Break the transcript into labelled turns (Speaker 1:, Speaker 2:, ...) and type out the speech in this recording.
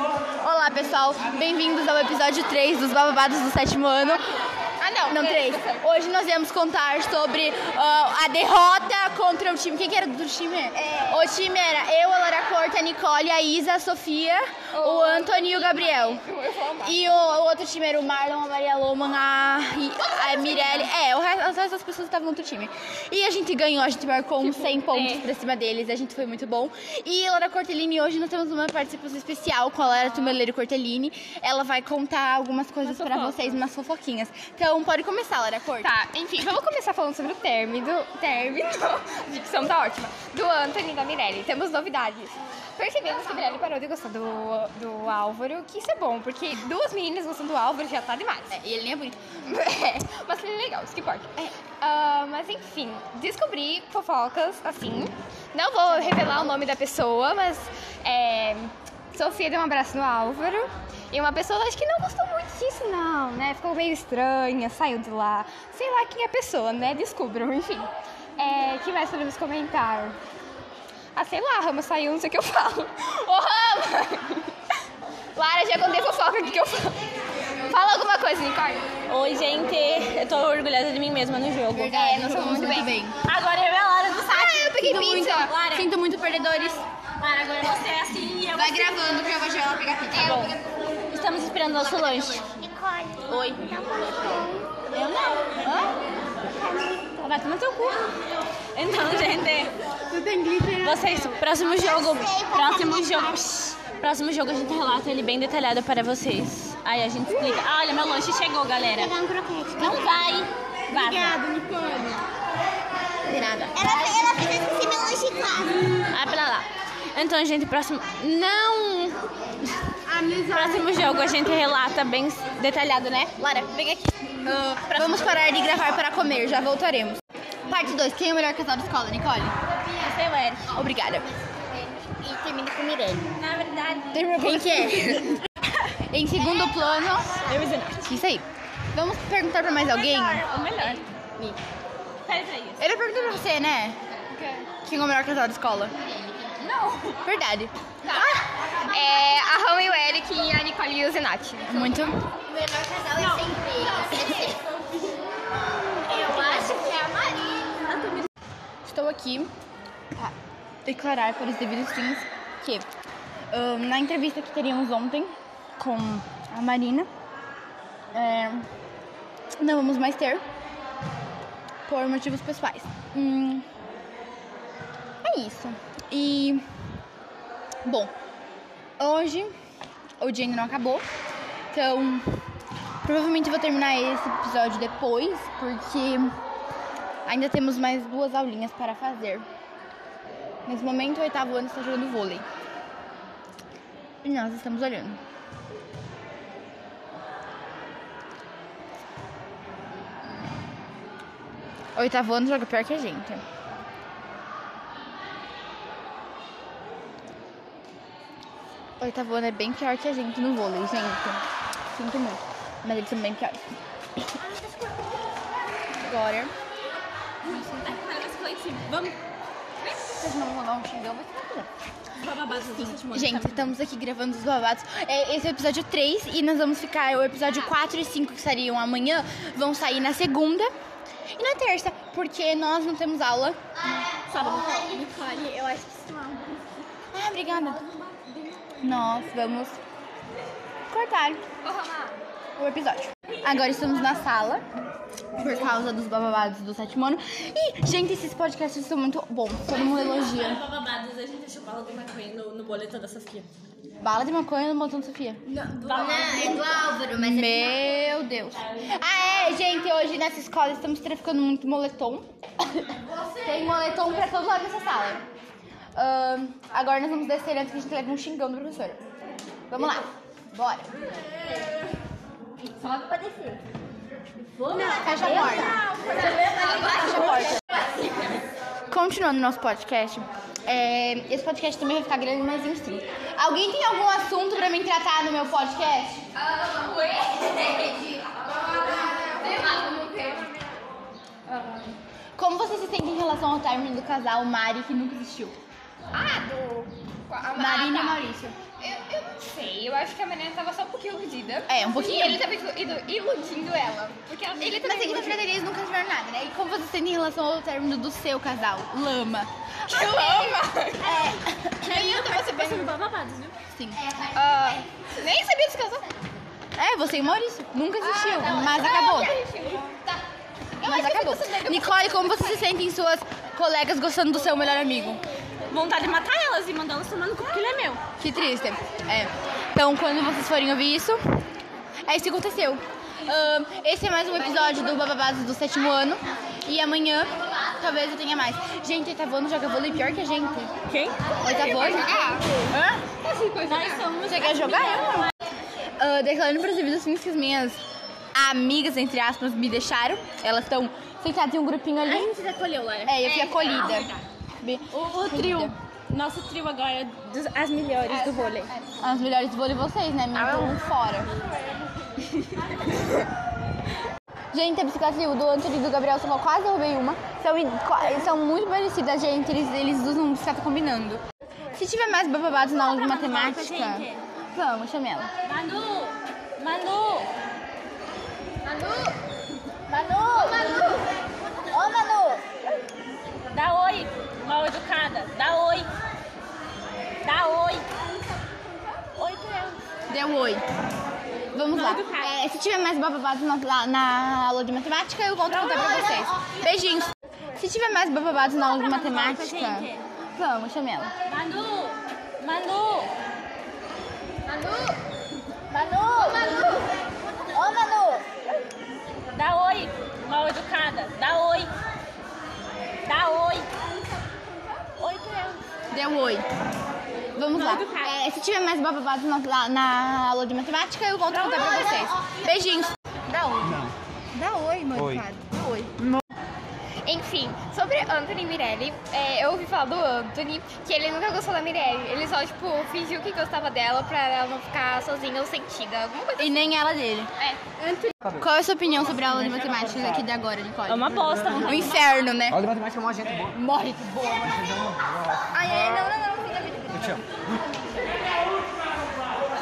Speaker 1: Olá, pessoal. Bem-vindos ao episódio 3 dos Bababados do Sétimo Ano.
Speaker 2: Ah, não.
Speaker 1: Não,
Speaker 2: três.
Speaker 1: 3. Hoje nós vamos contar sobre ah, a derrota contra o time. Quem que era do time?
Speaker 2: É.
Speaker 1: O time era eu, a Lara Corta, a Nicole, a Isa, a Sofia, o Antônio e o Gabriel.
Speaker 2: Eu vou amar.
Speaker 1: E o, o outro time era o Marlon, a Maria Loman, a, e- a Mirelle. É, o resto, as restas das pessoas estavam no outro time. E a gente ganhou, a gente marcou uns 100 pontos
Speaker 2: é.
Speaker 1: pra cima deles, a gente foi muito bom. E Laura Cortellini, hoje nós temos uma participação especial com a Laura Tumeleiro Cortellini. Ela vai contar algumas coisas pra
Speaker 2: fofoca.
Speaker 1: vocês, umas fofoquinhas. Então pode começar, Laura Corte.
Speaker 2: Tá, enfim, vamos começar falando sobre o término. Término. A dicção tá ótima. Do Anthony e da Mirelle. Temos novidades. Percebemos que a Mirelle parou de gostar do, do Álvaro, que isso é bom, porque duas meninas gostam do Álvaro já tá demais.
Speaker 1: E ele nem é bonito.
Speaker 2: É, mas ele é legal, isso que importa. Ah, mas enfim, descobri fofocas assim. Não vou revelar o nome da pessoa, mas é, Sofia deu um abraço no Álvaro. E uma pessoa acho que não gostou muito disso, não, né? Ficou meio estranha, saiu de lá. Sei lá quem é a pessoa, né? Descubram, enfim. É, que mais podemos comentar? Ah, sei lá, Rama saiu, não sei o que eu falo. Ô, Rama! Lara, já contei fofoca, o que que eu falo? Fala alguma coisa, Nicole.
Speaker 3: Oi, gente, eu tô orgulhosa de mim mesma no jogo.
Speaker 1: Verdade,
Speaker 2: É, nós
Speaker 1: jogamos
Speaker 2: somos muito bem.
Speaker 3: Agora é a hora do saque.
Speaker 2: Ah, eu peguei
Speaker 1: Sinto muito,
Speaker 2: pizza.
Speaker 3: Lara.
Speaker 1: sinto muito perdedores.
Speaker 3: Lara, agora você é assim e eu
Speaker 1: Vai gravando que eu vou chegar lá pegar
Speaker 2: É.
Speaker 1: pizza.
Speaker 3: Bom, estamos esperando nosso lanche.
Speaker 4: Nicole,
Speaker 3: Oi.
Speaker 4: tá muito bom.
Speaker 3: Eu não. Hã? Vai tomar teu cu. Então, gente,
Speaker 1: Tu tem glitter.
Speaker 3: vocês, próximo jogo,
Speaker 4: sei, vou
Speaker 3: próximo
Speaker 4: fazer
Speaker 3: jogo, próximo jogo a gente relata ele bem detalhado para vocês. Aí a gente explica. Ah, olha, meu lanche chegou, galera.
Speaker 4: Pegar um croquete.
Speaker 3: Não vai. Vá.
Speaker 1: Nicole. De nada.
Speaker 4: Ela, ela fez esse meu lanche em casa.
Speaker 3: Ah, pra lá. Então, gente, próximo. Não! Próximo jogo a gente relata bem detalhado, né?
Speaker 1: Lara, vem aqui. Vamos parar de gravar para comer, já voltaremos. Parte 2. Quem é o melhor casal da escola, Nicole?
Speaker 3: Você é o Eric.
Speaker 1: Obrigada.
Speaker 4: E termina com Mirelle.
Speaker 3: Na verdade,
Speaker 1: Quem que é? em segundo plano.
Speaker 3: eu e Zenato.
Speaker 1: Isso aí. Vamos perguntar para mais alguém?
Speaker 3: é O melhor. Peraí, peraí.
Speaker 1: Ele perguntou pra você, né?
Speaker 2: então.
Speaker 1: Quem é o melhor casal da escola?
Speaker 3: Não.
Speaker 1: Verdade.
Speaker 2: Tá. É, a Rama e o Eric e a Nicole e o Zenati.
Speaker 1: Muito.
Speaker 4: O melhor casal é sempre. Eu acho que é a Maria.
Speaker 1: Estou aqui para declarar para os devidos fins que ahn, na entrevista que teríamos ontem com a Marina, é, não vamos mais ter por motivos pessoais. Hum, é isso. E bom, hoje o dia ainda não acabou, então provavelmente eu vou terminar esse episódio depois, porque Ainda temos mais duas aulinhas para fazer. Nesse momento, o oitavo ano está jogando vôlei. E nós estamos olhando. Oitavo ano joga pior que a gente. Oitavo ano é bem pior que a gente no vôlei, gente. Sinto muito. Mas eles são bem piores. Agora.
Speaker 3: Vamos.
Speaker 1: Vocês não vão dar um xingão, mas
Speaker 3: tá
Speaker 1: tudo bem.
Speaker 3: Bababados do Sétimo
Speaker 4: tá
Speaker 1: Gente, estamos aqui gravando os babados. É, Esse é o episódio 3 e nós vamos ficar. O episódio
Speaker 4: Ah.
Speaker 1: 4 e 5 que sairiam amanhã vão sair na segunda e na terça, porque nós não temos aula.
Speaker 4: Ah, é? Nicole, eu acho que isso não é um
Speaker 1: Ah, obrigada. Nós vamos cortar o episódio. Agora estamos na sala. Por causa dos bababados do sétimo ano. E, gente, esses podcasts são muito bons. Todo mundo elogia.
Speaker 3: Bababados, a gente achou bala de maconha no, no boleto da Sofia.
Speaker 1: Bala de maconha no Montão Sofia.
Speaker 4: Não, é do Álvaro, mas
Speaker 1: Meu Deus. Ah, é, gente, hoje nessa escola estamos traficando muito moletom. Tem moletom pra todo lado dessa sala. Ahn, agora nós vamos descer antes que a gente leve um xingão do professor. Vamos lá, bora.
Speaker 4: só pra descer.
Speaker 1: Fecha a porta. Fecha a porta. Continuando nosso podcast, é, esse podcast também vai ficar grande, mas enfim. Alguém tem algum assunto pra me tratar no meu podcast? Como você se sente em relação ao término do casal Mari que nunca existiu?
Speaker 2: Ah, do...
Speaker 1: Marina e Maurício.
Speaker 2: Eu, eu não sei, Eu acho que a Mariana tava só um pouquinho iludida.
Speaker 1: É, um pouquinho.
Speaker 2: E ele tava ilu- ilu- iludindo ela. Porque ela- ele
Speaker 1: Mas tá tem
Speaker 2: também
Speaker 1: que
Speaker 2: iludiu.
Speaker 1: interpretar eles nunca tiveram nada, né? E como você sente em relação ao término do seu casal? Lama.
Speaker 2: Ah,
Speaker 3: É, e eu tava se passando babados, viu?
Speaker 1: Sim.
Speaker 2: Ah, nem sabia se casou.
Speaker 1: É, você e Maurício.
Speaker 2: Ah,
Speaker 1: Nunca assistiu, mas acabou.
Speaker 2: Tá.
Speaker 1: Mas acabou. Nicole, como você se sente em suas colegas gostando do seu melhor amigo?
Speaker 3: Vontade de matar elas e mandar elas tomar no cu, porque ele é meu.
Speaker 1: Que triste. É. Então, quando vocês forem ouvir isso, é isso que aconteceu. Ahn, esse é mais um episódio do Bababados do sétimo ano. E amanhã, talvez eu tenha mais. Gente, oitavo ano joga vôlei pior que a gente.
Speaker 3: Quem?
Speaker 1: Oitavo ano? É. Hã?
Speaker 3: Nós somos.
Speaker 1: Você quer jogar? Eu não. Ah, declarando para os amigos fins que as minhas amigas, entre aspas, me deixaram. Elas estão sentadas em um grupinho
Speaker 3: A
Speaker 1: ali.
Speaker 3: gente já colheu, Lara.
Speaker 1: É, eu fui acolhida. Bem-
Speaker 3: O, o trio. Nosso trio agora é dos- as melhores do vôlei.
Speaker 1: As melhores do vôlei vocês, né? Minha ah, fora. gente, a bicicleta do Antônio e do Gabriel são quase eu roubei uma. São, i- qua- são muito parecidas, gente. Eles, eles usam bicicleta combinando. Se tiver mais bababados na aula de
Speaker 3: Vamos pra mandar
Speaker 1: matemática,
Speaker 3: uma bola
Speaker 1: vamos, chame ela.
Speaker 3: Manu! Manu!
Speaker 4: Manu! Ô, Manu!
Speaker 3: Dá oi, mal educada. Dá oi. Dá oi. Oi pra ela.
Speaker 1: Deu oi. Vamos lá.
Speaker 3: Educada.
Speaker 1: É, se tiver mais bababados na, lá- na aula de matemática, eu conto contar pra vocês. Beijinhos. Se tiver mais bababados na aula de
Speaker 3: Vamos pra mandar uma bola pra
Speaker 1: matemática,
Speaker 3: gente.
Speaker 1: vamos, chame ela.
Speaker 3: Manu! Manu!
Speaker 4: Manu! Ô, Manu!
Speaker 3: Dá oi, mal educada. Dá oi. Dá oi. Oi pra ela.
Speaker 1: Deu oi. Vamos lá.
Speaker 3: educada.
Speaker 1: É, se tiver mais bababados na, lá- na aula de matemática, eu conto contar pra vocês. Beijinhos. Dá oi. Dá oi, mãe.
Speaker 5: Oi.
Speaker 1: Dá oi.
Speaker 2: Enfim, sobre Anthony e Mirelli, é, eu ouvi falar do Anthony que ele nunca gostou da Mirelli. Ele só, tipo, fingiu que gostava dela pra ela não ficar sozinha ou sentida. Alguma coisa
Speaker 1: E nem ela dele.
Speaker 2: É.
Speaker 1: Qual é a sua opinião sobre a aula de matemática daqui de agora, Nicole?
Speaker 3: É uma bosta.
Speaker 1: O inferno, né?
Speaker 5: Olha, matemática é uma gente boa.
Speaker 1: Morre. Boa.
Speaker 5: Eu te amo.